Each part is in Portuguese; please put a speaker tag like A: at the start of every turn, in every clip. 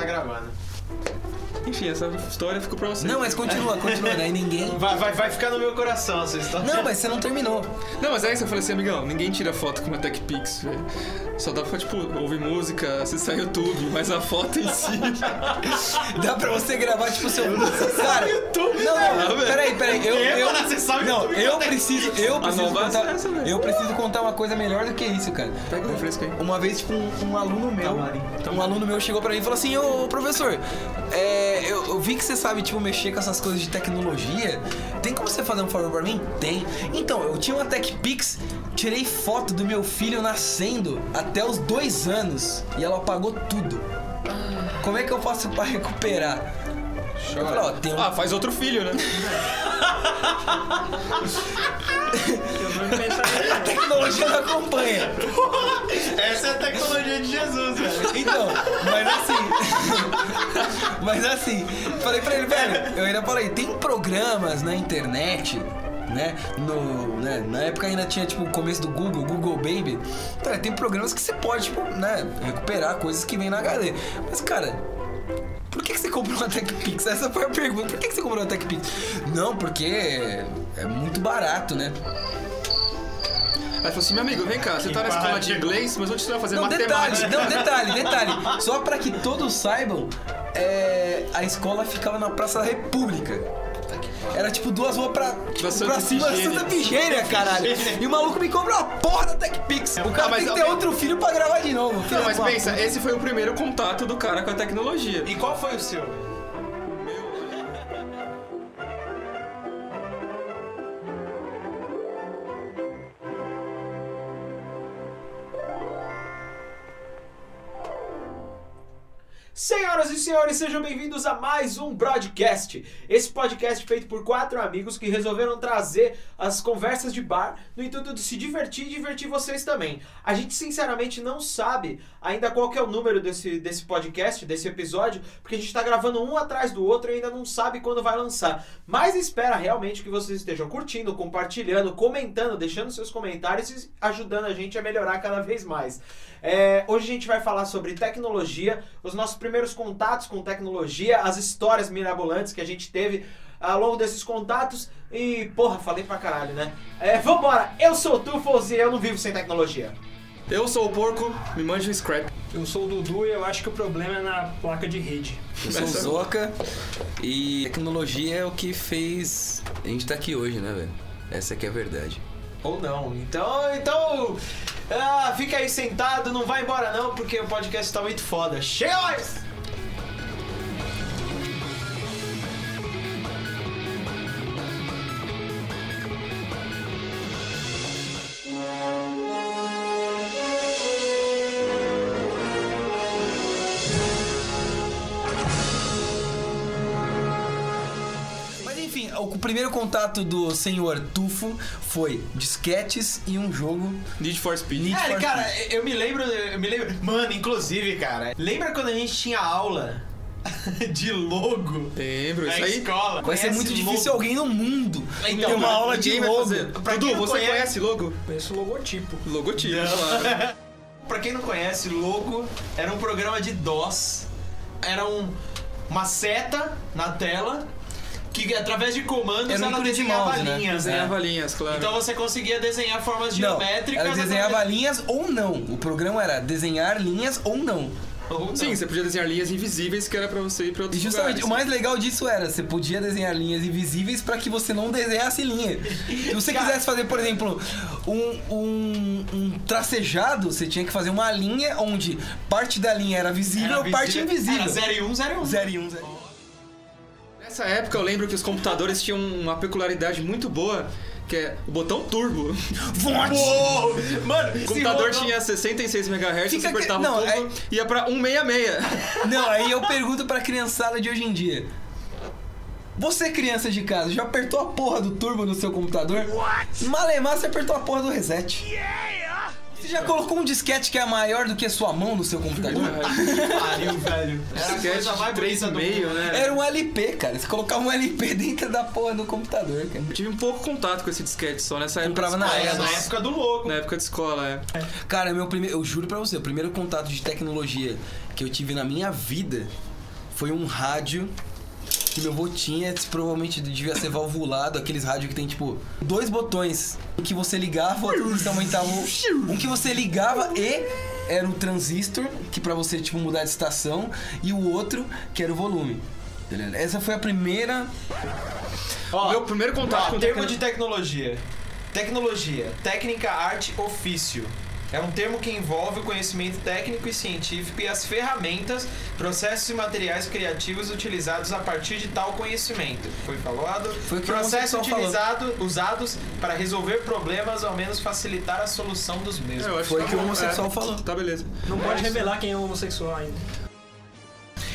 A: acabar, né? Enfim, essa história ficou pra você.
B: Não, mas continua, continua. Daí ninguém.
A: Vai, vai, vai ficar no meu coração essa história.
B: Não, mas você não terminou.
A: Não, mas é isso, eu falei assim, amigão, ninguém tira foto com uma Tech Pix, velho. Só dá pra, tipo, ouvir música, acessar YouTube, mas a foto em si.
B: Dá pra você gravar, tipo, seu. Cara,
A: YouTube,
B: não, não,
A: velho.
B: peraí, peraí. Eu,
A: Ninguém
B: eu,
A: vai acessar o
B: não,
A: YouTube
B: eu
A: da Tech
B: preciso.
A: Pix.
B: Eu
A: A
B: preciso,
A: nova
B: contar,
A: acesso, né? velho.
B: eu preciso contar uma coisa melhor do que isso, cara.
A: Pega um refresco aí.
B: Uma vez, tipo, um, um aluno meu.
A: Mari.
B: um aluno meu chegou pra mim e falou assim, ô professor, é, eu, eu vi que você sabe, tipo, mexer com essas coisas de tecnologia. Tem como você fazer um favor pra mim? Tem. Então, eu tinha uma TechPix, tirei foto do meu filho nascendo até os dois anos. E ela apagou tudo. Como é que eu faço pra recuperar? Eu falei, ó, tem um
A: Ah, faz outro filho, né?
B: tecnologia não acompanha.
C: Essa é a tecnologia de Jesus, velho.
B: Então, mas assim. mas assim, falei pra ele, velho, eu ainda falei, tem programas na internet. Né? No, né? Na época ainda tinha tipo o começo do Google, Google Baby. Cara, tem programas que você pode, tipo, né, recuperar coisas que vem na HD. Mas, cara, por que, que você comprou uma TechPix? Essa foi a pergunta. Por que, que você comprou uma TechPix? Não, porque é muito barato, né?
A: Aí falou assim, meu amigo, vem cá, você tá na escola de inglês, mas eu vou te ensinar a fazer
B: Não,
A: matemática.
B: detalhe, não, detalhe, detalhe. Só pra que todos saibam, é, a escola ficava na Praça da República. Era tipo duas ruas pra, tipo,
A: Santa
B: pra cima da
A: Efigênia.
B: Santa Figênia, caralho. E o maluco me compra uma porra da TechPix. O
A: Ah,
B: cara
A: mas
B: tem que ter
A: alguém-
B: outro filho pra gravar de novo. filha
A: Não, mas
B: da
A: pensa, esse foi o primeiro contato do cara com a tecnologia.
C: E qual foi o seu? Senhoras e senhores, sejam bem-vindos a mais um broadcast. Esse podcast é feito por quatro amigos que resolveram trazer as conversas de bar no intuito de se divertir e divertir vocês também. A gente sinceramente não sabe ainda qual que é o número desse, desse podcast, desse episódio, porque a gente está gravando um atrás do outro e ainda não sabe quando vai lançar. Mas espera realmente que vocês estejam curtindo, compartilhando, comentando, deixando seus comentários e ajudando a gente a melhorar cada vez mais. É, hoje a gente vai falar sobre tecnologia, os nossos primeiros contatos com tecnologia, as histórias mirabolantes que a gente teve ao longo desses contatos. E, porra, falei pra caralho, né? É, vambora! Eu sou o Tufos e eu não vivo sem tecnologia.
A: Eu sou o porco, me mande um scrap.
D: Eu sou o Dudu e eu acho que o problema é na placa de rede.
B: Eu sou o Zoca e tecnologia é o que fez a gente tá aqui hoje, né, velho? Essa que é a verdade.
C: Ou não. Então, então. ah, fica aí sentado, não vai embora não, porque o podcast tá muito foda. Chega mais!
B: Mas enfim, o primeiro contato do senhor Tufo foi disquetes e um jogo.
A: Need for Speed.
B: Need-
C: É, cara, eu me lembro, eu me lembro. Mano, inclusive, cara, lembra quando a gente tinha aula de logo?
A: Lembro,
C: na
A: isso aí.
C: escola.
B: Vai ser
C: Conhece
B: muito
C: logo?
B: difícil alguém no mundo
C: Então,
B: ter uma
C: mas
B: aula de
A: Ninguém vai
B: logo.
A: fazer.
C: Pra
A: Dudu,
C: quem não
A: você
C: conhece-
A: conhece logo?
D: Conheço o logotipo.
A: Logotipo.
C: Pra quem não conhece, Logo era um programa de DOS. Era um- uma seta na tela que através de comandos
B: Era um
C: ela
B: clique de
C: desenhava
B: mouse, né? É.
C: linhas, né?
A: Desenhava linhas, claro.
C: Então você conseguia desenhar formas
B: Não,
C: geométricas.
B: ela desenhava linhas ou não. O programa era desenhar linhas ou não.
C: Ou
A: Sim, você podia desenhar linhas invisíveis que era pra você ir pra
B: E
A: outros
B: justamente o
A: lugares.
B: mais legal disso era você podia desenhar linhas invisíveis pra que você não desenhasse linha. Se você
C: Cara.
B: quisesse fazer, por exemplo, um, um, um tracejado, você tinha que fazer uma linha onde parte da linha era visível,
C: Era
B: parte
C: visível-
B: invisível.
C: Era 0 e 1, 0 e 1.
B: 0 e 1, 0
A: Nessa época eu lembro que os computadores tinham uma peculiaridade muito boa, que é o botão turbo.
C: Uou! Mano,
A: O
C: se
A: computador
C: rodou-
A: tinha 66 MHz, você
B: Fica que-
A: apertava
B: não,
A: o turbo, ia pra 166.
B: Não, aí eu pergunto pra criançada de hoje em dia. Você, criança de casa, já apertou a porra do turbo no seu computador? Malemar, você apertou a porra do reset. Você já colocou um disquete que é maior do que a sua mão no seu computador?
C: Pariu, velho. Era a
A: Disquete
C: coisa mais
A: de três
C: bonita
A: e
C: do
A: meio,
C: mundo.
A: né?
B: Era um LP, cara. Você colocava um LP dentro da porra do computador, cara.
A: Tive um pouco contato com esse disquete só nessa época.
B: Comprava
A: de
B: na
A: escola.
C: Ah, era
B: Era
C: na
B: nossa.
C: época do Logo.
A: Na época de escola, é.
B: Cara, meu primeiro, eu juro pra você, o primeiro contato de tecnologia que eu tive na minha vida foi um rádio que meu avô tinha, que provavelmente devia ser valvulado, aqueles rádios que tem tipo dois botões, um que você ligava, outro que você aumentava, o- um que você ligava e era o transistor, que pra você tipo mudar de estação, e o outro que era o volume. tá ligado? Essa foi a primeira.
A: O
C: Ó,
A: meu primeiro contato
C: ó,
A: com
C: termo
A: tá, tecno-
C: de tecnologia. Tecnologia, técnica, arte, ofício. É um termo que envolve o conhecimento técnico e científico e as ferramentas, processos e materiais criativos utilizados a partir de tal conhecimento. Foi falado.
B: Foi o que o
C: processos
B: homossexual falou.
C: utilizado, usados para resolver problemas ou ao menos facilitar a solução dos
A: É,
C: mesmos.
A: eu acho
B: Foi
A: tá
B: o que o
A: bom,
B: homossexual
A: é.
B: falou.
A: Tá, beleza.
E: Não
C: É
E: pode
C: isso.
E: revelar quem é homossexual ainda.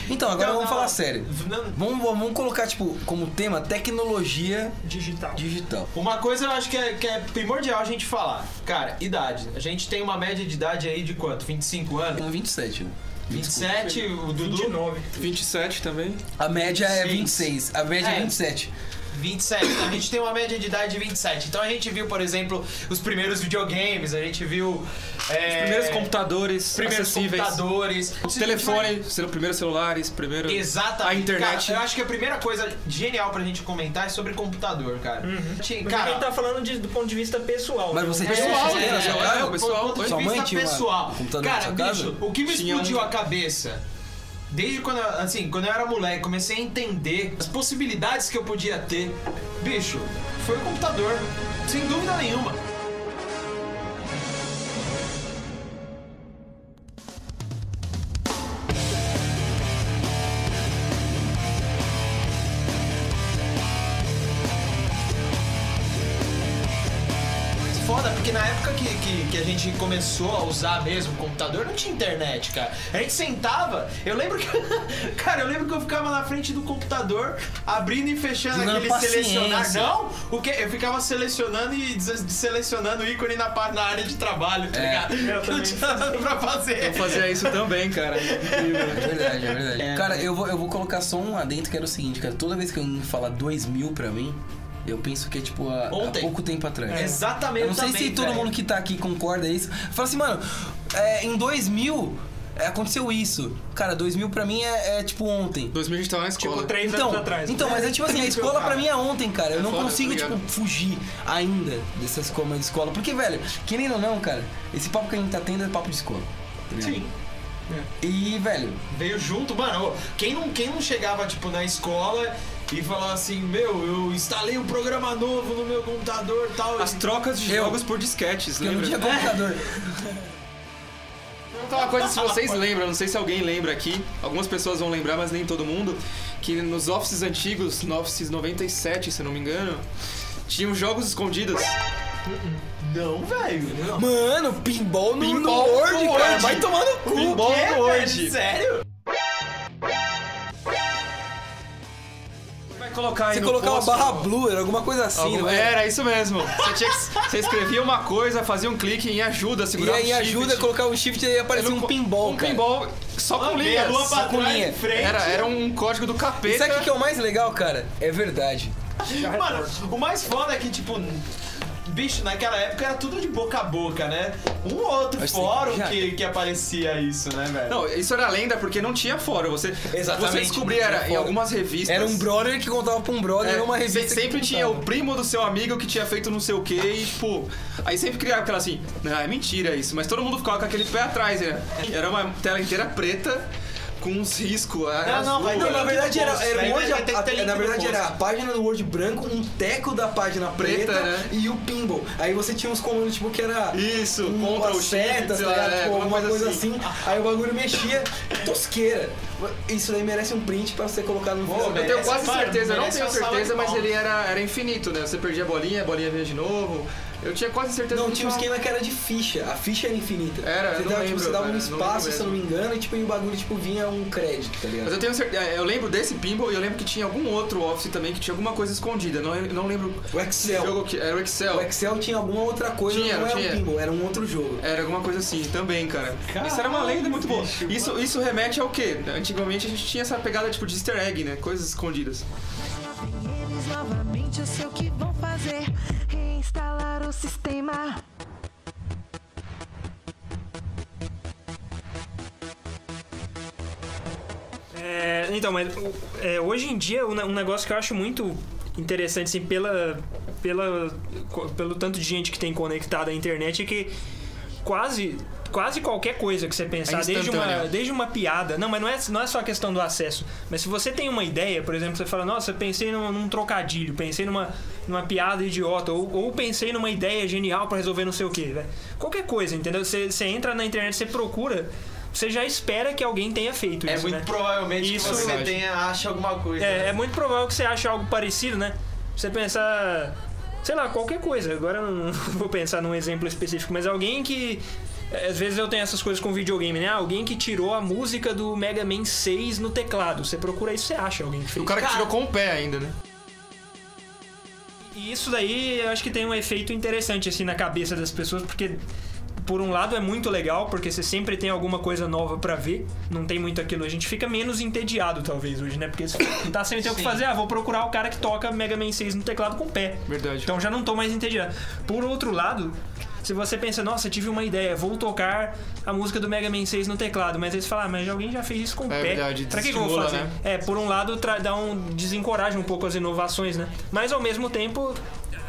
B: Então, agora
C: Não,
B: vamos
C: não,
B: falar
C: não.
B: sério.
C: Não,
B: Vamos, vamos colocar, tipo, como tema tecnologia
E: Digital.
B: digital.
C: Uma coisa eu acho que é, que é primordial a gente falar. Cara, idade. A gente tem uma média de idade aí de quanto? 25 anos?
B: Com 27, né?
C: 27, o Dudu?
E: 29.
A: 27 também.
B: A média é
C: 26.
B: 26, a média é,
C: É.
B: 27.
C: 27. Então, A gente tem uma média de idade de 27. Então a gente viu, por exemplo, os primeiros videogames, a gente viu. é,
A: Os primeiros computadores
C: primeiros
A: acessíveis.
C: computadores.
A: Telefone, celu- primeiros celulares, primeiro...
C: Exatamente.
A: A internet.
C: Cara, eu acho que a primeira coisa genial pra gente comentar é sobre computador, cara.
A: Uhum.
C: Gente,
E: Mas
C: Cara,
E: ninguém tá falando de- do ponto de vista pessoal.
B: Mas
E: né?
B: você-
E: É,
A: Pessoal,
C: é,
A: né?
C: é,
A: Sua
C: é,
A: casa,
C: é, o
A: pessoal.
C: ponto de
B: Sua
C: vista
B: mãe tinha uma-
C: pessoal.
B: um computador na
C: Cara,
B: sua
C: bicho,
B: casa?
C: o que me
A: Tinha
C: explodiu
A: um.
C: a cabeça. Desde quando, eu- assim, quando eu era moleque, comecei a entender as possibilidades que eu podia ter. Bicho, foi o computador, sem dúvida nenhuma. Foda, porque na época que, que, que a gente começou a usar mesmo o computador, não tinha internet, cara. A gente sentava, eu lembro que. cara, eu lembro que eu ficava na frente do computador, abrindo e fechando
B: Jogando
C: aquele
B: paciência.
C: selecionar. Não! O que? Eu ficava selecionando e des- selecionando o ícone na, pa- na área de trabalho, tá
B: É.
C: ligado?
E: Eu
C: não
E: também
C: tinha nada pra fazer.
A: Eu fazia isso também, cara. Incrível.
B: É verdade, é verdade.
C: É.
B: Cara, eu vou, eu vou colocar só um adentro que era o seguinte, cara. Toda vez que alguém fala 2000 pra mim, eu penso que é tipo há, há
C: Ontem. É.
B: pouco tempo atrás.
C: Exatamente.
B: né? Eu não sei
C: também,
B: se todo
C: velho.
B: mundo que tá aqui concorda isso. Fala assim, mano, é, em 2000 é, aconteceu isso. Cara, 2000 pra mim é, é, tipo ontem.
A: 2000 a gente tava na escola.
E: Tipo, três
B: Então,
E: anos atrás.
B: então, mas é tipo assim, a escola pra mim é ontem, cara. Eu não
A: foda,
B: consigo,
A: tá
B: tipo,
A: ligado?
B: fugir ainda dessa escola, de escola. Porque, velho, querendo ou não, cara, esse papo que a gente tá tendo é papo de escola. tá ligado?
C: Sim.
A: É.
B: E, velho,
C: Veio junto, mano. ô, Quem não, quem não chegava, tipo, na escola e falava assim, meu, eu instalei um programa novo no meu computador e tal.
A: As trocas de
B: Eu.
A: jogos por disquetes,
B: eu não
A: lembra? É,
B: tinha computador.
A: Então, uma coisa se vocês lembram, não sei se alguém lembra aqui, algumas pessoas vão lembrar, mas nem todo mundo, que nos offices antigos, no Office 97, se eu não me engano, tinham jogos escondidos.
C: Não, velho. Não.
B: Mano, pinball no,
A: Pinball no
B: no Word, cara.
A: Word.
B: Vai tomar no cu.
A: Pinball
C: É,
A: no
C: velho,
A: Word.
C: Sério?
A: Vai colocar aí
B: Você
A: no
B: colocar uma
A: post,
B: barra
A: ó,
B: blue, era alguma coisa assim.
A: algum-
B: né?
A: Era isso mesmo. Você, tinha que- você escrevia uma coisa, fazia um clique em ajuda,
B: E
A: segurava
B: aí
A: o shift.
B: ajuda a colocar um shift e aí aparecia um pinball,
A: Um
B: cara.
A: pinball só com
C: Mandei a
A: linhas.
C: lua pra
B: com
C: trás,
B: linha.
C: em frente.
A: Era, era um código do
B: E
A: capeta.
B: sabe o que que é o mais legal, cara? É verdade.
C: Mano, o mais foda é que, tipo. Bicho, naquela época era tudo de boca a boca, né? Um ou outro
B: Acho que
C: fórum
B: já-
C: que, que aparecia isso, né, velho?
A: Não, isso era lenda porque não tinha fórum. Você,
B: Exatamente,
A: você descobria
B: não tinha
A: era, em
B: fórum.
A: algumas revistas.
B: Era um brother que contava pra um brother,
A: É,
B: era uma revista.
A: se- sempre
B: que
A: tinha o
B: contava.
A: primo do seu amigo que tinha feito não sei o que e, tipo... Aí sempre criava aquela assim... Ah, é mentira isso. Mas todo mundo ficava com aquele pé atrás, né? Era uma tela inteira preta com uns riscos.
C: Não, não, vai
B: Não, na verdade era, era um
C: Vai-
B: Word,
C: vai ter que ter
B: a- a-
C: link
B: na
C: no
B: verdade era a
C: post.
B: página do Word branco, um teco da página preta,
A: Preta, né?
B: e o pinball. Aí você tinha uns comandos tipo que era
A: Isso,
B: um,
A: contra
B: umas
A: o
B: setas,
A: sei
B: tá
A: lá,
B: ligado?
A: é,
B: tipo, alguma coisa, assim. Aí o bagulho mexia, tosqueira. Isso daí merece um print pra você colocar no
C: Pô,
A: Eu
B: vídeo.
A: tenho quase
C: Merece,
A: certeza, eu não
C: merece
A: tenho
C: uma salva
A: certeza,
C: de
A: mas
C: palmas.
A: ele era, era infinito, né? Você perdia a bolinha, a bolinha vinha de novo. Eu tinha quase certeza
B: Não,
A: que
B: tinha um
A: tinha-
B: esquema que era de ficha. A ficha era infinita.
A: Era,
B: você
A: eu não
B: dava, tipo,
A: lembro,
B: você dava um
A: cara, não
B: espaço,
A: lembro
B: se eu não me engano, e, tipo, e o bagulho tipo, vinha um crédito, tá
A: Mas
B: ligado?
A: eu tenho certeza, eu lembro desse pinball e eu lembro que tinha algum outro office também que tinha alguma coisa escondida. Não, eu não lembro
B: O
A: que
B: Excel.
A: jogo que era o Excel.
B: O Excel tinha alguma outra coisa,
A: Tinha,
B: não era
A: tinha.
B: um pinball, era um outro jogo.
A: Era alguma coisa assim também, cara. isso era uma lenda muito boa. Isso, isso remete ao quê? Antigamente a gente tinha essa pegada tipo de easter egg, né? Coisas escondidas.
F: Eles novamente eu sei o que vão fazer. Reinstalar o sistema.
E: É, então, mas o- é, hoje em dia, um ne- um negócio que eu acho muito interessante, assim, pela, pela, co- pelo tanto de gente que tem conectado à internet, é que quase, quase qualquer coisa que você pensar,
A: É
E: desde, uma,
A: instantâneo.
E: desde uma piada. Não, mas não é, não é só a questão do acesso. Mas se você tem uma ideia, por exemplo, você fala, nossa, eu pensei num, num trocadilho, pensei numa, numa piada idiota, ou, ou pensei numa ideia genial pra resolver não sei o quê. velho. Qualquer coisa, entendeu? Você, você entra na internet, você procura. Você já espera que alguém tenha feito
C: É
E: isso.
C: muito
E: né?
C: provavelmente
E: Isso-
C: que você tenha, acha alguma coisa. né?
E: É, é muito provável que você ache algo parecido, né? Você pensar, sei lá, qualquer coisa. Agora eu não vou pensar num exemplo específico, mas alguém que. Às vezes eu tenho essas coisas com videogame, né? Alguém que tirou a música do Mega Man 6 no teclado. Você procura isso, você acha alguém que
A: O
E: fez.
A: cara que tirou com o pé ainda, né?
E: E isso daí eu acho que tem um efeito interessante assim na cabeça das pessoas, porque por um lado é muito legal, porque você sempre tem alguma coisa nova pra ver, não tem muito aquilo, a gente fica menos entediado talvez hoje, né? Porque se tá sem ter o que fazer, ah, vou procurar o cara que toca Mega Man 6 no teclado com o pé.
A: Verdade.
E: Então já não tô mais entediado. Por outro lado, se você pensa, nossa, tive uma ideia, vou tocar a música do Mega Man 6 no teclado, mas eles falam, ah, mas alguém já fez isso com o
A: É
E: pé.
A: verdade,
E: pra que, que eu vou
A: desestimula,
E: fazer?
A: né?
E: É, por um lado tra- dá um desencoraja um pouco as inovações, né? Mas ao mesmo tempo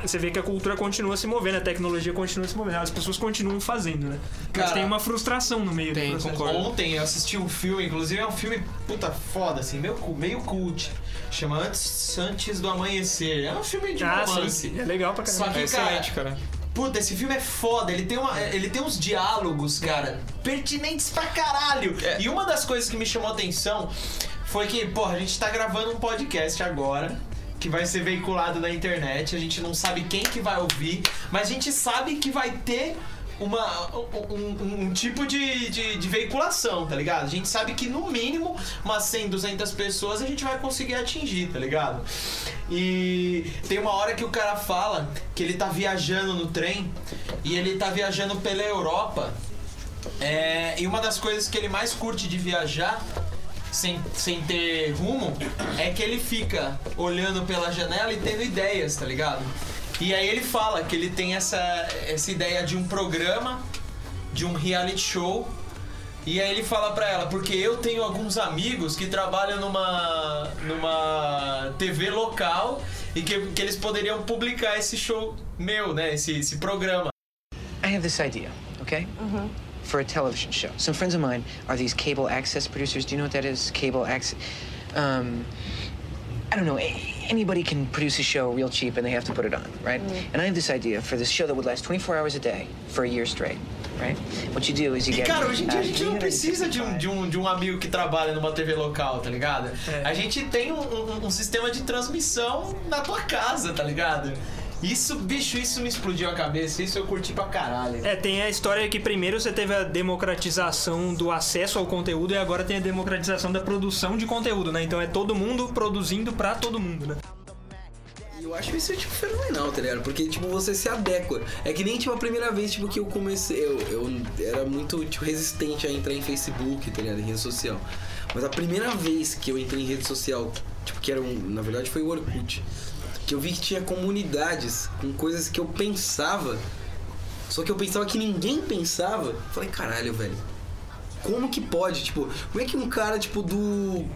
E: você vê que a cultura continua se movendo, a tecnologia continua se movendo, as pessoas continuam fazendo, né? Mas
B: Cara,
E: tem uma frustração no meio
A: tem,
E: do processo.
A: concordo.
C: Ontem eu assisti um filme, inclusive é um filme puta foda, assim, meio, cu- meio cult. Chama Antes, Antes do Amanhecer. É um filme de
E: Ah,
C: romance.
E: sim, é legal pra caramba.
C: Só que,
A: É
C: cara,
A: excelente, cara.
C: puta, esse filme é foda. Ele tem, uma, ele tem uns diálogos, cara, pertinentes pra caralho. E uma das coisas que me chamou a atenção foi que, porra, a gente tá gravando um podcast agora. Que vai ser veiculado na internet, a gente não sabe quem que vai ouvir, mas a gente sabe que vai ter uma, um, um- um tipo de, de, de veiculação, tá ligado? A gente sabe que no mínimo umas 100, 200 pessoas a gente vai conseguir atingir, tá ligado? E tem uma hora que o cara fala que ele tá viajando no trem e ele tá viajando pela Europa. É, e uma das coisas que ele mais curte de viajar sem, sem ter rumo é que ele fica olhando pela janela e tendo ideias, tá ligado? E aí ele fala que ele tem essa, essa ideia de um programa, de um reality show. E aí ele fala pra ela, porque eu tenho alguns amigos que trabalham numa, numa TV local e que, que eles poderiam publicar esse show meu, né? Esse, esse programa.
G: I have this idea, okay? For a television show. Some friends of mine are these cable access producers. Do you know what that is? Cable access. Um, I don't know. a- Anybody can produce a show real cheap and they have to put it on, right? And I have this idea for this show that would last 24 hours a day for a year straight, right? What you do is you
C: E
G: get.
C: cara, hoje em dia a
G: uh,
C: gente não precisa de um, de um, de um amigo que trabalha numa TV local, tá ligado? A gente tem um, um- um sistema de transmissão na tua casa, tá ligado? Isso, bicho, isso me explodiu a cabeça, isso eu curti pra caralho.
E: É, tem a história que primeiro você teve a democratização do acesso ao conteúdo e agora tem a democratização da produção de conteúdo, né? Então é todo mundo produzindo pra todo mundo, né?
B: E Eu acho isso, tipo, fenomenal, tá ligado? Porque, tipo, você se adequa. É que nem, tipo, a primeira vez, tipo, que eu comecei... Eu, eu era muito, tipo, resistente a entrar em Facebook, tá ligado? Em rede social. Mas a primeira vez que eu entrei em rede social, tipo, que era um... Na verdade, foi o Orkut. Que eu vi que tinha comunidades com coisas que eu pensava. Só que eu pensava que ninguém pensava. Eu Falei, caralho, velho. Como que pode? Tipo, como é que um cara, tipo, do...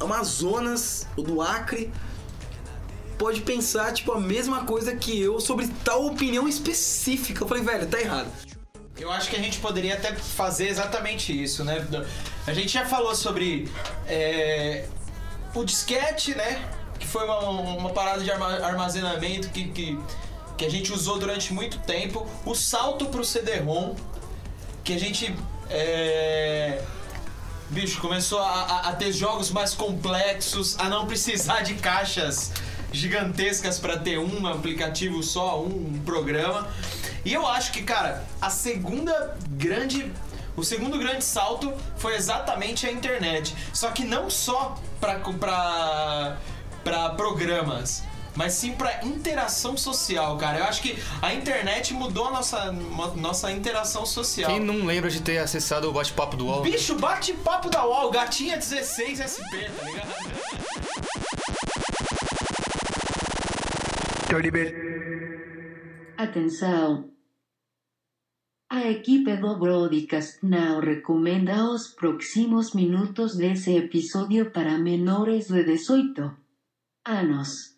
B: Amazonas ou do Acre pode pensar, tipo, a mesma coisa que eu sobre tal opinião específica. Eu falei, velho, tá errado.
C: Eu acho que a gente poderia até fazer exatamente isso, né? A gente já falou sobre é, o disquete, né? Que foi uma, uma parada de arma- armazenamento que, que, que a gente usou durante muito tempo. O salto pro CD-ROM, que a gente. é, Bicho, começou a, a- a ter jogos mais complexos, a não precisar de caixas gigantescas pra ter um aplicativo só, um programa. E eu acho que, cara, a segunda grande. O segundo grande salto foi exatamente a internet. Só que não só pra, pra, pra programas, mas sim pra interação social, cara. Eu acho que a internet mudou a nossa, nossa interação social.
A: Quem não lembra de ter acessado o bate-papo do UOL?
C: Bicho, bate papo da UOL, gatinha 16 SP, tá ligado?
H: Atenção! A equipe do Broadcast Now recomenda os próximos minutos desse episodio para menores de 18 anos.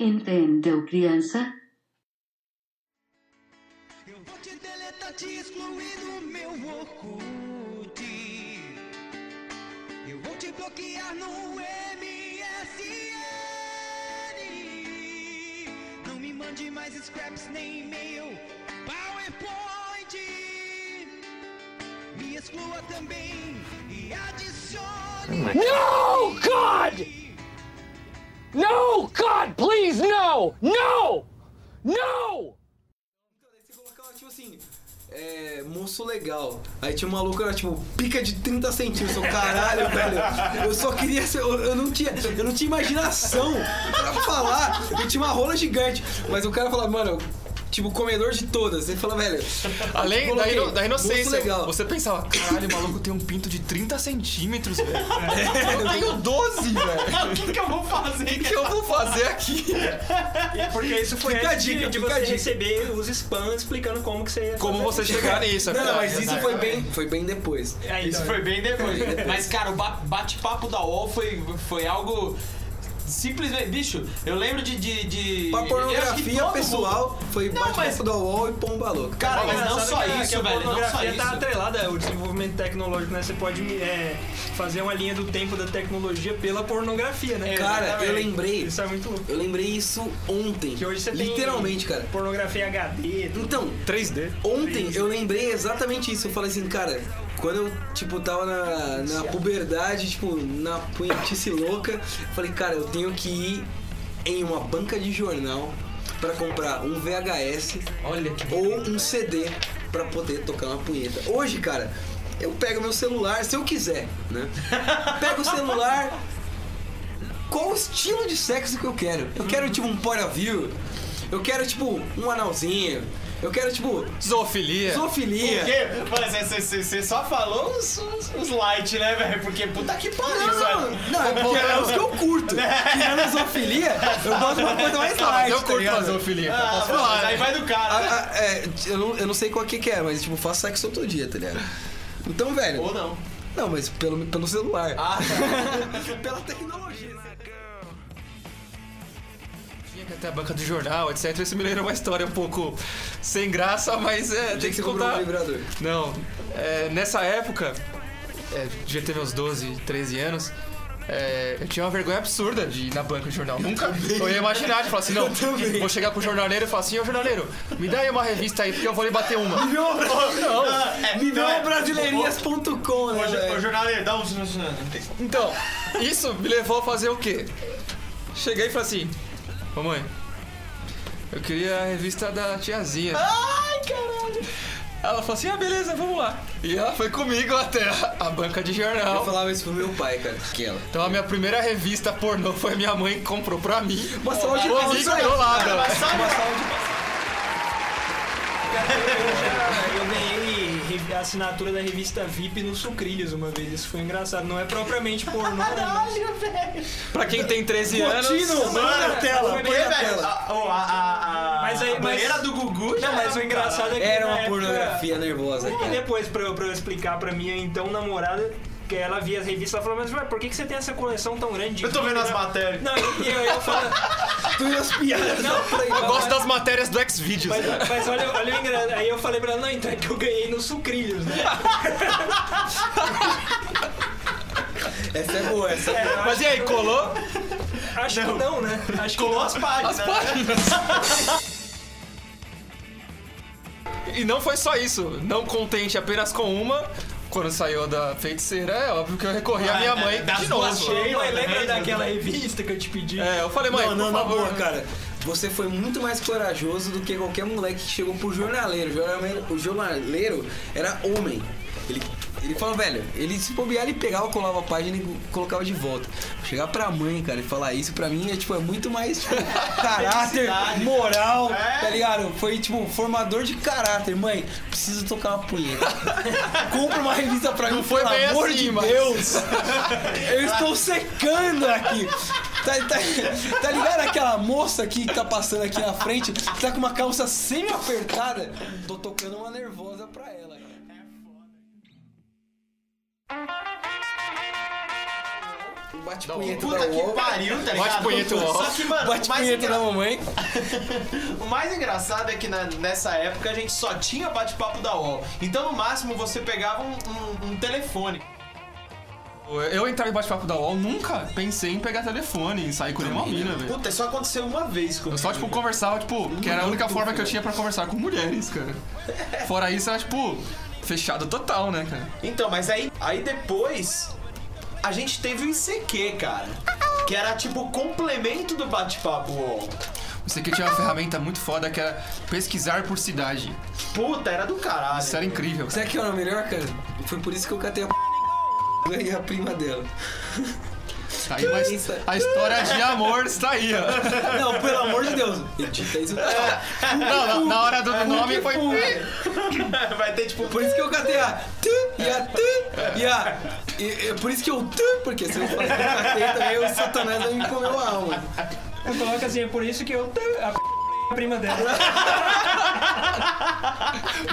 H: Entendeu, criança?
F: Eu vou te deletar, te excluir do meu Orkut. Eu vou te bloquear no MSN. Não me mande mais scraps nem e-mail, PowerPoint. Me exclua também e adicione.
I: No, God! No, God, please, no! No! No!
B: Você colocava, tipo assim, é, moço legal. Aí tinha um maluco, era tipo, pica de 30 centímetros. Eu, caralho, velho. Eu só queria ser. Eu, eu não tinha, eu não tinha imaginação pra falar. Eu tinha uma rola gigante. Mas o cara falava, mano. Tipo, comedor de todas. Ele fala, velho.
A: Além da,
B: coloquei,
A: ino- da inocência,
B: moço legal.
A: você pensava, caralho, o maluco tem um pinto de 30 centímetros, velho. Eu tenho 12, velho.
C: O que, que eu vou fazer?
A: O que eu vou fazer aqui?
E: É, Porque isso foi
B: Fica a
E: antes de-
B: dica,
E: de
B: fica
E: você
B: a dica.
E: receber os spams explicando como que você ia
A: Como
E: fazer.
A: você chegar nisso, é
B: Não,
A: verdade.
B: mas isso foi bem, foi bem depois.
E: Aí,
C: É, Isso
E: então,
C: foi bem depois. Mas, cara, o ba- bate-papo da UOL foi, foi algo. Simplesmente, bicho, eu lembro de. de, de
B: Pra
C: eu acho que
B: pornografia
C: todo
B: pessoal,
C: mundo-
B: foi
C: Não,
B: bate-papo
C: mas-
B: da UOL e pomba louca.
C: Cara, mas não
E: engraçado
C: só
E: Ah, que a- que
C: isso,
E: a
C: velho. Não só
E: pornografia tá
C: isso.
E: atrelada ao desenvolvimento tecnológico, né? Você pode é, fazer uma linha do tempo da tecnologia pela pornografia, né?
B: Cara, eu lembrei.
E: Isso é muito louco.
B: Eu lembrei isso ontem.
E: Que hoje você tem
B: Literalmente, cara.
E: Pornografia HD, tudo.
B: Então,
A: 3D.
B: Ontem eu lembrei exatamente isso. Eu falei assim, cara, quando eu, tipo, tava na, na puberdade, tipo, na punhetice louca, eu falei, cara, eu tenho que ir em uma banca de jornal pra comprar um VHS
C: Olha que.
B: ou um CD pra poder tocar uma punheta. Hoje, cara, eu pego meu celular, se eu quiser, né? Pego o celular. Qual o estilo de sexo que eu quero? Eu quero, tipo, um point of view. Eu quero, tipo, um analzinho. Eu quero, tipo,
A: Zoofilia.
B: Zoofilia.
C: Porque, mas você- você você só falou os, os, os light, né, velho? Porque puta que pariu,
B: Não, não,
C: velho.
B: não, não, é porque é os que eu curto. Tirando a zoofilia, eu gosto de uma coisa mais
A: Ah, mas
B: light,
A: eu
B: tá
A: curto
B: ligado?
A: uma zoofilia.
C: Ah,
A: posso
C: mas
A: falar,
C: aí
A: né?
C: vai do cara.
B: Ah,
C: né?
B: ah, é, eu, não, eu não sei qual que que é, mas tipo, eu faço sexo todo dia, tá ligado? Então, velho,
C: Ou não.
B: não, mas pelo, pelo celular.
C: Ah,
B: Pela tecnologia. né?
A: Tinha que ir até a banca do jornal, etc. Isso me lembra uma história um pouco sem graça, mas é, tem
B: Tem que
A: que
B: você comprou um
A: contar.
B: vibrador.
A: Não, é, nessa época, é, devia ter meus 12, 13 anos. é, eu tinha uma vergonha absurda de ir na banca do jornal. Nunca eu ia imaginar de falar assim: não, vou chegar pro jornaleiro e falar assim: ô jornaleiro, me dá aí uma revista aí, porque eu vou lhe bater uma. Não,
C: é, então é-
B: Nivelbrasileirinhas.com,
C: Ô,
B: né,
C: jo- ô,
B: velho?
C: jornaleiro, dá um.
A: então, isso me levou a fazer o quê? Cheguei e falei assim: mamãe, eu queria a revista da tiazinha.
C: Ai, caralho.
A: Ela falou assim: ah, beleza, vamos lá. E ela foi comigo até a- a banca de jornal.
B: Eu falava isso pro meu pai, cara. Que ela.
A: Então a minha primeira revista pornô foi minha mãe que comprou pra mim.
B: Uma salva de
A: O
B: palmas
A: amigo
B: aí.
A: do lado.
B: Uma salva de palmas.
E: Eu ganhei revi- a assinatura da revista VIP no Sucrilhos uma vez. Isso foi engraçado. Não é propriamente pornô. né? Caralho,
A: Pra quem tem 13 anos.
B: Tino, manda na tela, põe
C: Porque,
B: na
C: velho,
B: tela.
C: a, o- a, a, a
E: Mas aí- mas-
C: banheira do Gugu já
E: Não, mas o engraçado é que.
B: Era
E: na
B: uma
E: época-
B: pornografia nervosa,
E: E
B: cara.
E: depois, pra eu, pra eu explicar pra minha então namorada, que ela via as revistas, ela falou, mas ué, por que, que você tem essa coleção tão grande? de
C: Eu tô vendo as
E: livro, né?"
C: matérias.
E: Não, e eu, eu falo,
B: Tu e as piadas.
A: Eu gosto das matérias do Xvideos.
E: mas, mas olha, olha o engraçado. Aí eu falei pra ela, não, então é que eu ganhei no Sucrilhos, né?
B: Essa é boa, essa é boa.
A: Mas e aí, colou?
E: Acho que não, né? Acho que
C: Colou
E: não.
C: as páginas.
A: As páginas. E não foi só isso. Não contente apenas com uma, quando saiu da feiticeira, é óbvio que eu recorri à minha
C: Ah,
A: mãe
C: das
A: de
C: duas
A: novo.
C: cheias.
E: Mãe, lembra daquela revista que eu te pedi?
A: É, eu falei, mãe,
B: Não, não,
A: por
B: na
A: favor.
B: boa, cara. Você foi muito mais corajoso do que qualquer moleque que chegou pro jornaleiro. O jornaleiro, o jornaleiro era homem. Ele, ele falou, velho, ele se bobear, ele pegava, colava a página e colocava de volta. Chegar pra mãe, cara, e falar isso pra mim é, tipo, é muito mais tipo, caráter, moral, tá ligado? Foi, tipo, formador de caráter. Mãe, preciso tocar uma punheta. Compra uma revista pra mim,
A: Não foi
B: pelo
A: bem
B: amor
A: assim,
B: de
A: mas-
B: Deus. Eu estou secando aqui. Tá, tá- tá ligado aquela moça aqui que tá passando aqui na frente, que tá com uma calça semi-apertada? Tô tocando uma nervosa pra ela. Bate punheta da
C: Puta que
B: UOL,
C: pariu, tá ligado?
A: Bate punheta, ó.
C: Só que, mano,
B: bate
C: o mais,
B: punheta da
C: engra-
B: mamãe.
C: o mais engraçado é que na- nessa época a gente só tinha bate-papo da UOL. Então, no máximo, você pegava um, um- um telefone.
A: Eu entrar em bate-papo da UOL, nunca pensei em pegar telefone e sair com nenhuma mina, velho.
C: Puta, isso aconteceu uma vez comigo.
A: Eu só, tipo, conversava, tipo, que era a única forma que eu tinha pra conversar com mulheres, cara. Fora isso, era, tipo, fechado total, né, cara?
C: Então, mas aí, aí depois a gente teve o ICQ, cara. Que era tipo o complemento do bate-papo UOL.
A: Isso aqui tinha uma ferramenta muito foda que era pesquisar por cidade.
C: Puta, era do caralho.
A: Isso era incrível. cara.
B: Sabe o que era o melhor, cara? Foi por isso que eu catei a p... e a prima dela.
A: Tá aí uma his- a história de amor está aí, ó.
B: Não, pelo amor de Deus. Edita isso.
A: Não, na, na hora do nome foi.
C: Vai ter tipo.
B: Por isso que eu catei a tu e a tu e a. E, e por isso que eu tu, porque se eu falar que eu catei também, o Satanás vai me comer a alma.
E: Eu coloco assim, é por isso que eu. A p... a prima dela.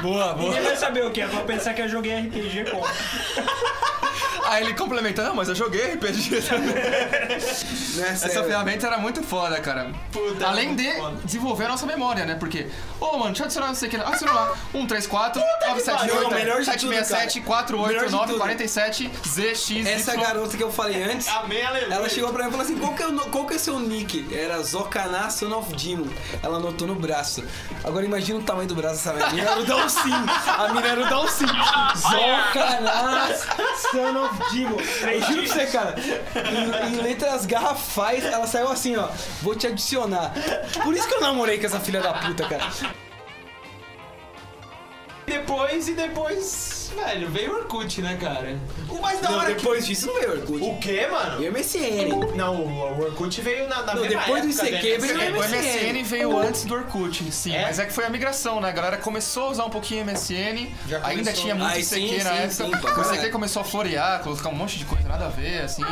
A: Boa, boa.
E: Ninguém vai saber o que é, vou pensar que eu joguei RPG com.
A: Aí ele complementa, não, mas eu joguei RPG também.
B: Nessa
A: Essa ferramenta era muito foda, cara.
C: Puta,
A: Além
C: muito
A: de
C: foda.
A: desenvolver a nossa memória, né? Porque, ô, mano, deixa eu adicionar não sei o que. Adiciona lá. 134
B: pariu, não, melhor de
A: 978
B: tudo,
A: 767
B: cara. Melhor de
A: 489
B: tudo.
A: 47 ZX.
B: Essa é garota que eu falei antes.
C: Amém, aleluia.
B: Ela chegou pra mim e falou assim: qual que, é o, no- qual que é o seu nick? Era Zocaná Son of Demon. Ela anotou no braço. Agora imagina o tamanho do braço dessa menina. Era o Dalsim. A menina era o Dalsim. Zocaná Son of Demon. Eu juro pra você, cara. Em, em letras garrafais, ela saiu assim: ó, vou te adicionar. Por isso que eu namorei com essa filha da puta, cara.
C: Depois e depois. Velho, veio o Orkut, né, cara? O mais da
B: Não,
C: hora
B: depois disso não veio
C: que.
B: Orkut.
C: O quê, mano?
B: Veio MSN.
C: Não, o o Orkut veio na, na
B: Não,
C: mesma
B: depois do
C: época, né?
B: ICQ veio
A: É, o
B: MSN.
A: MSN veio antes do Orkut, sim.
C: É?
A: Mas é que foi a migração, né? A galera começou a usar um pouquinho MSN,
C: Já começou,
A: ainda tinha muito
B: né?
A: ICQ
B: Ai, sim,
A: na
B: sim,
A: época.
B: sim, pra
A: o
B: caralho.
A: ICQ começou a florear, colocar um monte de coisa, nada a ver, assim.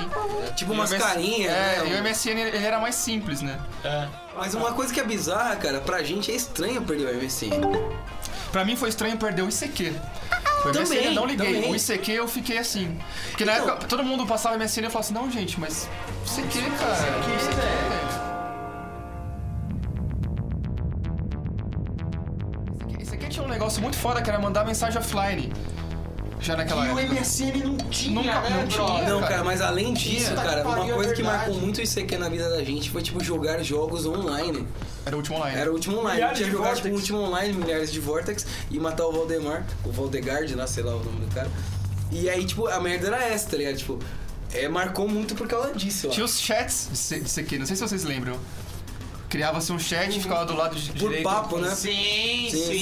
B: Tipo
A: E o
B: umas
A: MS
B: carinhas.
A: É,
B: né?
A: e o MSN ele era mais simples, né?
B: Mas uma coisa que é bizarra, cara, pra gente é estranho perder o MSN.
A: Pra mim foi estranho perder o ICQ. O MSN eu não liguei.
B: também.
A: O ICQ eu fiquei assim. Porque na
B: Então-
A: época todo mundo passava MSN e eu falava assim, não, gente, mas ICQ, cara. ICQ, velho. ICQ tinha um negócio muito foda que era mandar mensagem offline. Já naquela
C: E o
A: época.
C: MSN não tinha,
A: Nunca-
C: né,
A: não tinha.
C: brother?
B: Não,
A: cara.
B: cara, mas além disso,
C: Puta que
B: cara, uma
C: pariu, é
B: coisa que
C: verdade.
B: marcou muito o ICQ na vida da gente foi, tipo, jogar jogos online.
A: Era o último online.
B: Era o último online.
E: Milhares
B: tinha
E: de
B: jogar,
E: Vortex.
B: tipo, o último online, milhares de Vortex, e matar o Valdemar, o Valdegard, lá, sei lá o nome do cara. E aí, tipo, a merda era essa, tá ligado? Tipo, é, marcou muito por causa disso, ó.
A: Tinha os chats de C- de ICQ, não sei se vocês lembram. Criava-se um chat e ficava do lado de
B: Por
A: direito.
B: papo, né?
C: Sim,
B: Sim,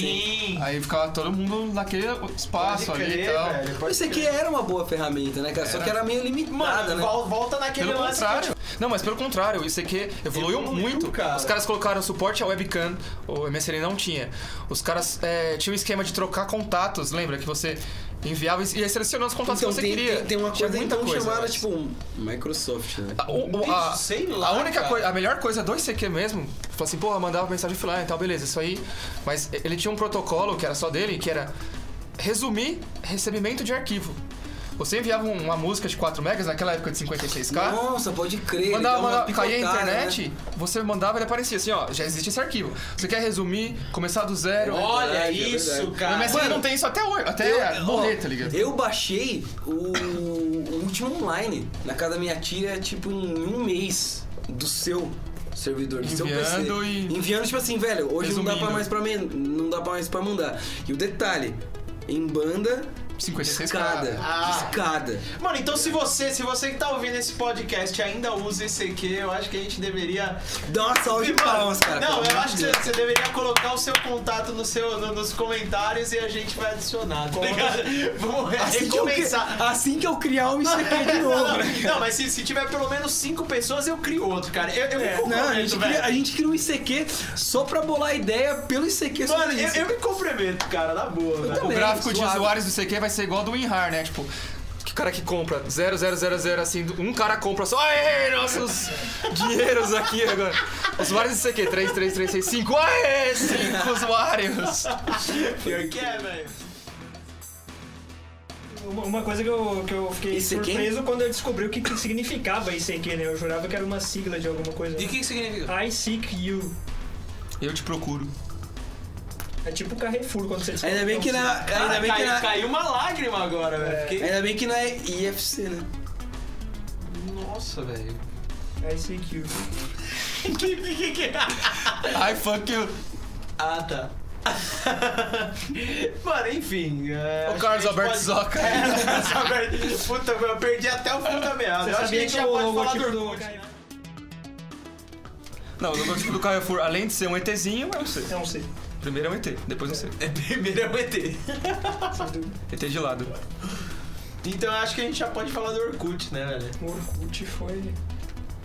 C: sim.
A: Aí ficava todo mundo naquele espaço
C: Pode
A: ali
C: crer,
A: e tal.
C: velho,
B: O
C: pode
B: ICQ era uma boa ferramenta, né, cara? Só que era meio limitada,
C: Mano,
B: né?
C: vol- volta naquele
A: Pelo
C: lance
A: contrário. Não, mas pelo contrário, isso aqui evoluiu,
C: Evoluiu,
A: muito.
C: cara.
A: Os caras colocaram suporte a webcam, o MSN não tinha. Os caras é, tinham um esquema de trocar contatos, lembra? Que você enviava e ia selecionando os contatos
B: Então,
A: que você
B: tem,
A: queria.
B: tem, tem uma
A: Tinha
B: coisa,
A: muita
B: então,
A: coisa,
B: chamada,
A: mas-
B: tipo, um Microsoft, né?
A: A- o- o- a,
C: Bicho, sei lá,
A: a única
C: cara.
A: coisa, a melhor coisa é do ICQ mesmo, falou assim, porra, mandava mensagem offline e tal, beleza, isso aí. Mas ele tinha um protocolo que era só dele, que era resumir recebimento de arquivo. Você enviava um, uma música de 4 megas naquela época de 56k.
B: Nossa, pode crer.
A: Mandava,
B: ele dá uma
A: mandava, caía a
B: picotada, né?
A: internet, você mandava ele aparecia assim, ó, já existe esse arquivo. Você quer resumir, começar do zero.
C: que- Olha
B: Verdade, é
C: isso,
B: verdade.
A: o
C: cara.
A: MSN não tem isso até hoje, até
C: É,
B: Eu-
A: morrer,
B: ó,
A: tá ligado?
B: Eu baixei o, o último online na casa da minha tia, tipo, em um mês do seu servidor, do seu
A: Enviando
B: PC.
A: e-
B: Enviando, tipo assim, velho, hoje não dá pra
A: Resumindo.
B: mais pra men- não dá para mais para mandar. E o detalhe, em banda
A: 56
B: discada,
A: cara.
C: Ah.
B: discada.
C: Mano, então se você, se você que tá ouvindo esse podcast ainda usa ICQ, eu acho que a gente deveria.
B: Dá uma salva de
C: Mano,
B: palmas, cara.
C: Não,
B: pelo
C: eu
B: amor
C: acho
B: de
C: que
B: Deus.
C: você, você deveria colocar o seu contato no seu, no- nos comentários e a gente vai adicionar. Tá ligado? Vamos
B: assim que, eu, cri-
C: recompensar.
B: assim que eu criar o ICQ de
C: Não,
B: novo. né?
C: não, mas se, se tiver pelo menos cinco pessoas, eu crio outro, cara. Eu, eu me comprometo,
B: É, Não, a gente,
C: velho.
B: cria, a gente cria um ICQ só pra bolar ideia pelo ICQ. sobre
C: Mano, eu,
B: isso.
C: eu me comprometo, cara, na boa, velho.
A: O
B: também,
A: gráfico de
B: suave.
A: usuários do CQ vai ser igual ao do WinRAR, né? Tipo, que o cara que compra 0000 assim, um cara compra só, aê, nossos dinheiros aqui agora. Usuários de CQ, 33365, aê, 5 usuários.
C: Pior que é, velho.
E: Uma uma coisa que eu, que eu fiquei
B: ICQ?
E: surpreso quando eu descobri o que, que significava ICQ, né? Eu jurava que era uma sigla de alguma coisa.
B: E o que que significa?
E: I seek you.
A: Eu te procuro.
E: É tipo Carrefour quando você descobre
B: Ainda bem que
E: é um
B: na.
C: Cara,
B: Ainda bem que
C: caiu,
B: na. É.
C: caiu uma lágrima agora, velho. Fiquei-
B: Ainda bem que na IFC, né?
C: Nossa, velho.
E: sigla. I seek you.
A: I fuck you.
C: Ah, tá. Mano, enfim. é, acho
A: O
C: que
A: Carlos
C: a gente
A: Alberto
C: pode-
A: Zoca.
C: É, o Carlos Alberto. Puta, eu perdi até o fio da meada. Eu acho que
E: Você
C: a
E: sabia
C: gente
E: que
C: já
E: o
C: pode falar do
E: logotipo do
C: Orkut.
A: Não, o logotipo do Carrefour, além de ser um ETzinho, é um C.
E: É um C.
A: Primeiro é um ET, depois um C.
C: Primeiro é o ET.
A: ET de lado.
C: Então eu acho que a gente já pode falar do Orkut, né, velho?
E: O Orkut foi...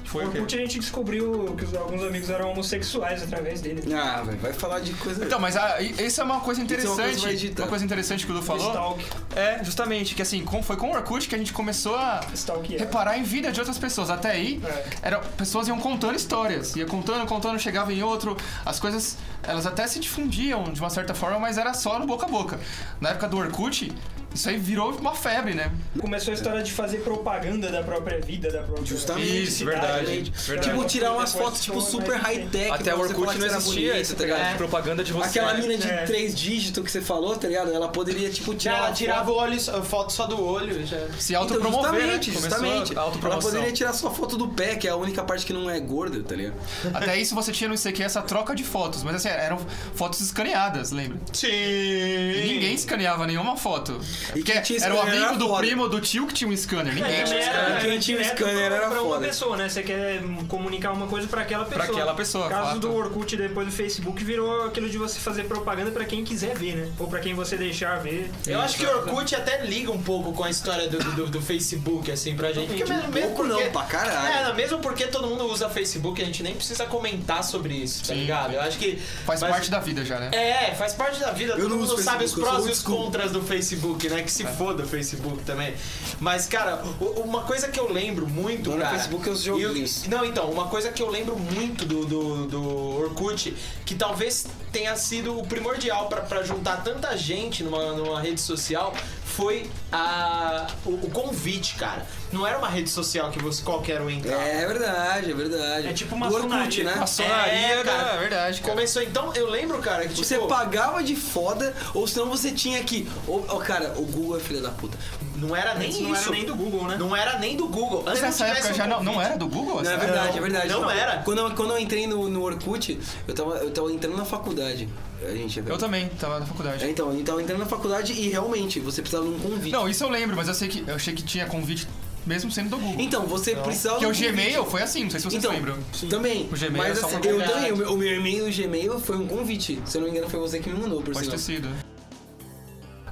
A: Foi
E: o
A: o quê?
E: Orkut a gente descobriu que os- alguns amigos eram homossexuais através dele.
B: Ah, velho, vai falar de coisa.
A: Então, mas ah, i- isso é uma coisa
B: é uma coisa
A: interessante.
B: mais digital.
A: uma coisa interessante que o Lu falou.
E: Stalk.
A: É, justamente, que assim, com- foi com o Orkut que a gente começou a
E: Stalk é.
A: reparar em vida de outras pessoas. Até aí,
E: É.
A: eram, pessoas iam contando histórias. Ia contando, contando, chegava em outro. As coisas, elas até se difundiam de uma certa forma, mas era só no boca a boca. Na época do Orkut, isso aí virou uma febre, né?
E: É, Começou a história de fazer propaganda da própria vida, da própria
B: Justamente.
A: Isso, verdade. Verdade.
E: Tipo,
B: Tipo, tirar umas fotos, tipo, super
A: É
B: high-tech. pra você falar que você era bonito, tá ligado?
A: propaganda de né?
B: Aquela mina de
E: É.
B: três dígitos que você falou, tá ligado? Ela poderia, tipo, tirar.
C: ela
B: uma
C: tirava
B: foto.
C: o olho, a foto só do olho. Já.
A: Se
B: Então,
A: autopromover,
B: justamente,
A: né? Começou
B: justamente.
A: a
B: Ela
A: autopromoção.
B: poderia tirar sua foto do pé, que é a única parte que não é gordo, tá ligado?
A: Até isso você tinha no ICQ essa troca de fotos, mas assim, eram fotos escaneadas, lembra?
C: Sim.
A: E ninguém escaneava nenhuma foto.
B: E
A: Porque
B: quem tinha
A: era o
B: scanner era
A: amigo do
B: foda.
A: primo, do tio que tinha um scanner.
E: É,
A: Ninguém
E: né?
A: tinha um scanner.
B: scanner. Quem tinha o scanner era
E: pra uma
B: foda.
E: pessoa, né? Você quer comunicar uma coisa pra aquela pessoa.
A: aquela pessoa,
E: O caso
A: fato.
E: do Orkut depois do Facebook virou aquilo de você fazer propaganda pra quem quiser ver, né? Ou pra quem você deixar ver.
C: Eu acho que o Orkut até liga um pouco com a história do, do, do Facebook, assim, pra gente. Porque mesmo, mesmo
B: pouco não, pra caralho.
C: É, mesmo porque todo mundo usa Facebook, a gente nem precisa comentar sobre isso, tá
A: Sim.
C: ligado? Eu acho que.
A: Faz
C: mas-
A: parte da vida já, né?
C: É, faz parte da vida.
B: não
C: Todo mundo
B: uso
C: sabe os
B: Facebook, eu
C: prós
B: sou
C: e os
B: old school. É.
C: contras do Facebook, né? Que se foda o Facebook também. Mas, cara, u- uma coisa que eu lembro muito,
B: Não, no
C: cara...
B: Facebook é os joguinhos.
C: e eu- Não, então, uma coisa que eu lembro muito do, do, do Orkut, que talvez tenha sido o primordial pra- pra juntar tanta gente numa, numa rede social, foi a, o, o convite, cara. Não era uma rede social que você qualquer um
A: Tá.
C: entrava.
B: É verdade, é verdade.
E: É tipo uma
B: Do Orkut,
E: sonaria.
B: né?
A: Maçonaria,
C: É, cara.
A: é verdade, cara.
C: Começou então, eu lembro, cara, que tipo,
B: Você pagava de foda, ou senão você tinha que. Ô, ô, cara, o Google é filha da puta.
C: não era nem
E: Antes
C: isso.
E: não era nem do Google, né?
C: Não era nem do Google. Antes
A: Mas nessa
C: não
A: época
C: tivesse um
A: já
C: o
A: não, não
C: convite.
A: era do Google?
B: um Não, é
A: essa
B: verdade,
C: Não,
B: é verdade.
C: não era.
B: Quando eu, quando eu entrei no, no Orkut, eu tava, eu tava entrando na faculdade. A gente,
A: Eu também, tava na faculdade.
B: É, então, eu tava entrando na faculdade e realmente você precisava de um convite.
A: Não, isso eu lembro, mas eu sei que eu achei que tinha convite mesmo sendo do Google.
B: Então, você precisava.
A: Porque
B: de
A: é o
B: um convite.
A: Gmail foi assim, não sei se vocês
B: Então,
A: lembram.
B: também.
A: O Gmail
B: mas
A: é só
B: assim,
A: pra
B: eu
A: convidar.
B: também, o meu, o meu e-mail no Gmail foi um convite. Se eu não me engano, foi você que me mandou, por
A: Pode
B: sinal.
A: ter sido.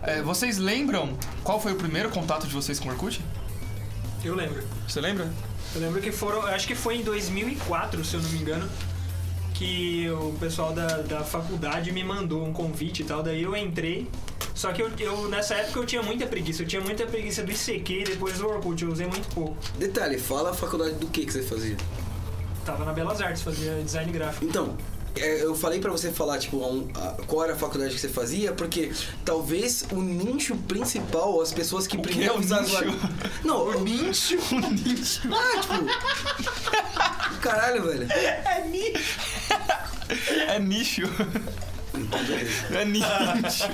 A: É, vocês lembram qual foi o primeiro contato de vocês com o Orkut?
E: Eu lembro.
A: Você lembra?
E: Eu lembro que foram, eu acho que foi em 2004, se eu não me engano, que o pessoal da, da faculdade me mandou um convite e tal, daí eu entrei. Só que eu, eu- nessa época eu tinha muita preguiça, eu tinha muita preguiça do ICQ e depois do Orkut, eu usei muito pouco.
B: Detalhe, fala a faculdade do que que você fazia.
E: Tava na Belas Artes, fazia design gráfico.
B: Então, é, eu falei pra você falar, tipo, a um- a- qual era a faculdade que você fazia, porque talvez o nicho principal, as pessoas que primeiro
A: é o
B: visualizaram-
A: nicho?
B: Não, o
A: Nicho, nicho.
B: Ah, tipo. Caralho, velho.
A: É nicho.
B: Então,
A: É nicho.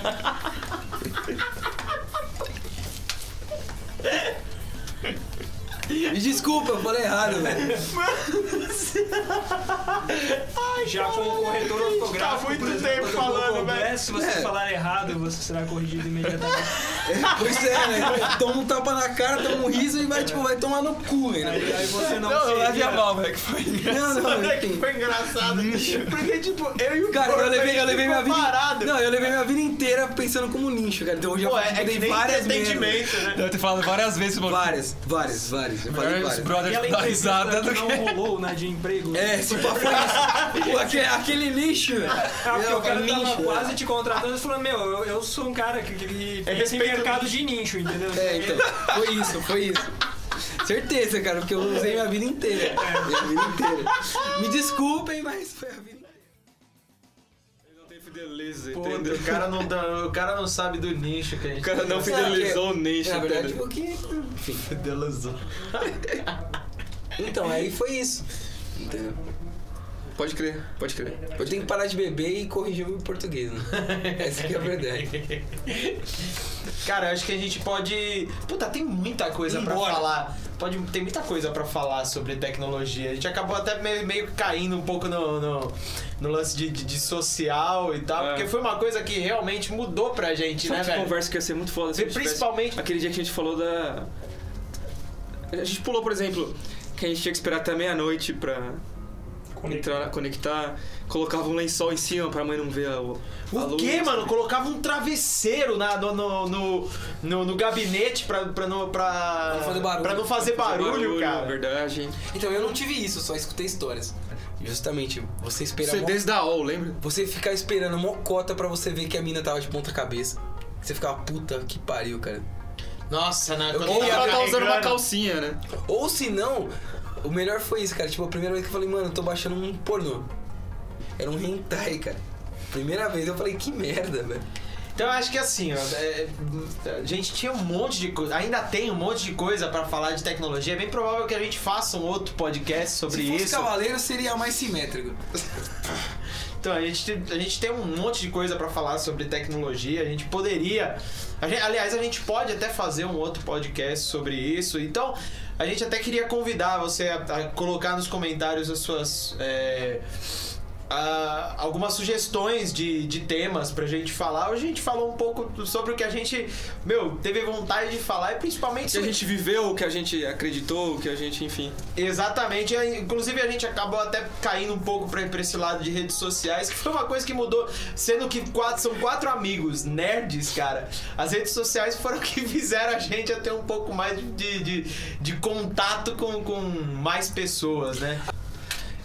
B: Me desculpa, eu falei errado, velho.
E: Já com o corretor ortográfico.
C: tá muito
E: por exemplo,
C: tempo
E: quando eu
C: falando,
E: vou ao
C: velho.
E: Congresso, Se você
B: É.
E: falar errado, você será corrigido imediatamente.
B: Pois é, velho. Toma um tapa na cara, toma um riso e vai, tipo, vai tomar no cu, velho.
E: Aí, aí você não,
A: Não, eu levei a
E: seria...
A: mal, velho, que foi
B: Não, não,
C: Olha que
B: enfim.
C: foi engraçado. Porque, tipo, eu e o
B: Cara,
C: Bruno,
B: eu
C: a gente
B: levei, eu levei minha
C: ficou
B: vida.
C: Parado.
B: Não, eu levei minha vida inteira pensando como nicho, cara. Então eu já
C: Pô, é, é
B: dei
C: que nem
B: várias merda.
C: entendimento, né?
A: Deve ter falado várias vezes, mano.
B: Várias, várias, várias. já falei
A: Melhor os
B: várias.
E: E
A: brothers
E: ela
C: é
A: da
E: entrevista
A: risada do
E: que
A: que...
E: não rolou na de emprego.
B: né? É, se pá, foi isso. Pô, aquele, aquele lixo.
E: Ah, porque
B: Não,
E: o cara
B: lixo,
E: tava
B: né?
E: quase te contratando e falando, meu, eu, eu sou um cara que, que, que pensa em
C: respeito
E: mercado de nicho, entendeu?
B: É, então, foi isso, foi isso. Certeza, cara, porque eu usei minha vida inteira. Minha vida inteira. Me desculpem, mas foi a vida inteira.
C: Não tem fideleza, entendeu? O cara não, dá- o cara não sabe do nicho que a gente O cara
J: um
C: não
B: fidelizou
C: o nicho,
B: é Na verdade, um pouquinho. Enfim.
C: Fidelizou.
B: Então, aí foi isso. Entendeu?
A: Pode crer, pode crer.
B: Eu tenho que parar de beber e corrigir o meu português, né? Essa que é a verdade.
C: Cara, eu acho que a gente pode. Puta, tem muita coisa pra
B: Embora.
C: falar. Pode, tem muita coisa pra falar sobre tecnologia. A gente acabou até meio, meio que caindo um pouco no, no, no lance de, de- de social e tal,
J: É.
C: porque foi uma coisa que realmente mudou pra gente,
J: Sabe
C: né,
J: que
C: velho?
J: conversa que ia ser muito foda se a gente tivesse-
C: Principalmente.
J: Aquele dia que a gente falou da. A gente pulou, por exemplo, que a gente tinha que esperar até meia-noite pra entrar, conectar, colocava um lençol em cima pra mãe não ver a, o- a
C: O
J: luz.
C: que, mano? Colocava um travesseiro na, no, no, no, no- no gabinete pra, pra, não, pra,
B: não fazer barulho.
C: pra não fazer barulho,
J: é
C: cara.
J: verdade.
B: Então, eu não tive isso, só escutei histórias. Justamente, você espera mó-
A: CDs da OL, lembra?
B: Você ficar esperando mocota pra você ver que a mina tava de ponta cabeça. Você ficava, puta que pariu, cara.
C: Nossa, né? Quando
A: Ou
C: tava
A: ela tá usando
C: carregando-
A: uma calcinha, né?
B: Ou se não, o melhor foi isso, cara. Tipo, a primeira vez que eu falei, mano, eu tô baixando um pornô. Era um hentai, cara. Primeira vez eu falei, que merda, velho.
C: Então eu acho que assim, ó, é, a gente tinha um monte de coisa, ainda tem um monte de coisa pra falar de tecnologia. É bem provável que a gente faça um outro podcast sobre
B: Se fosse
C: isso.
B: cavaleiro, seria mais simétrico.
C: Então a gente, a gente tem um monte de coisa pra falar sobre tecnologia. A gente poderia, a gente- aliás, a gente pode até fazer um outro podcast sobre isso. Então a gente até queria convidar você a, a colocar nos comentários as suas é, a- algumas sugestões de, de temas pra gente falar. Hoje a gente falou um pouco do- sobre o que a gente, meu, teve vontade de falar e principalmente
J: O que a
C: sobre-
J: gente viveu, o que a gente acreditou, o que a gente, enfim.
C: Exatamente, e, inclusive a gente acabou até caindo um pouco pra, pra esse lado de redes sociais, que foi uma coisa que mudou, sendo que quatro, são quatro amigos nerds, cara. As redes sociais foram o que fizeram a gente a ter um pouco mais de, de, de contato com, com mais pessoas, né?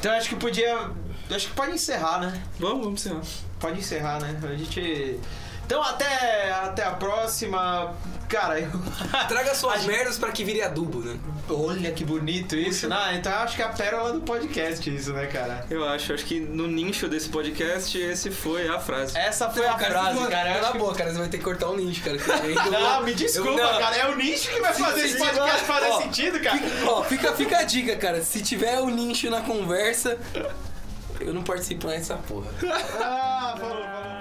C: Então acho que podia. Acho que pode encerrar, né?
J: Vamos, vamos encerrar.
C: Pode encerrar, né? A gente. Então até, até a próxima. Cara, eu.
B: Traga suas merdas pra que vire adubo, né?
C: Olha que bonito isso, né? Então eu acho que é a pérola do podcast isso, né, cara?
J: Eu acho, acho que no nicho desse podcast, esse foi a frase.
C: Essa foi a frase, cara. Eu
B: Então, Cala
C: acho
B: a
C: que-
B: boca, cara. Você vai ter que cortar um nicho, cara. que eu ainda
C: Não,
B: vou-
C: me desculpa,
B: eu- não.
C: cara. É o nicho que vai fazer
B: se
C: esse podcast
B: tiver-
C: fazer
B: ó,
C: sentido, cara.
B: Fica- Ó, fica, fica a dica, cara. Se tiver um o nicho na conversa, eu não participo nessa porra.
C: Ah, falou, falou.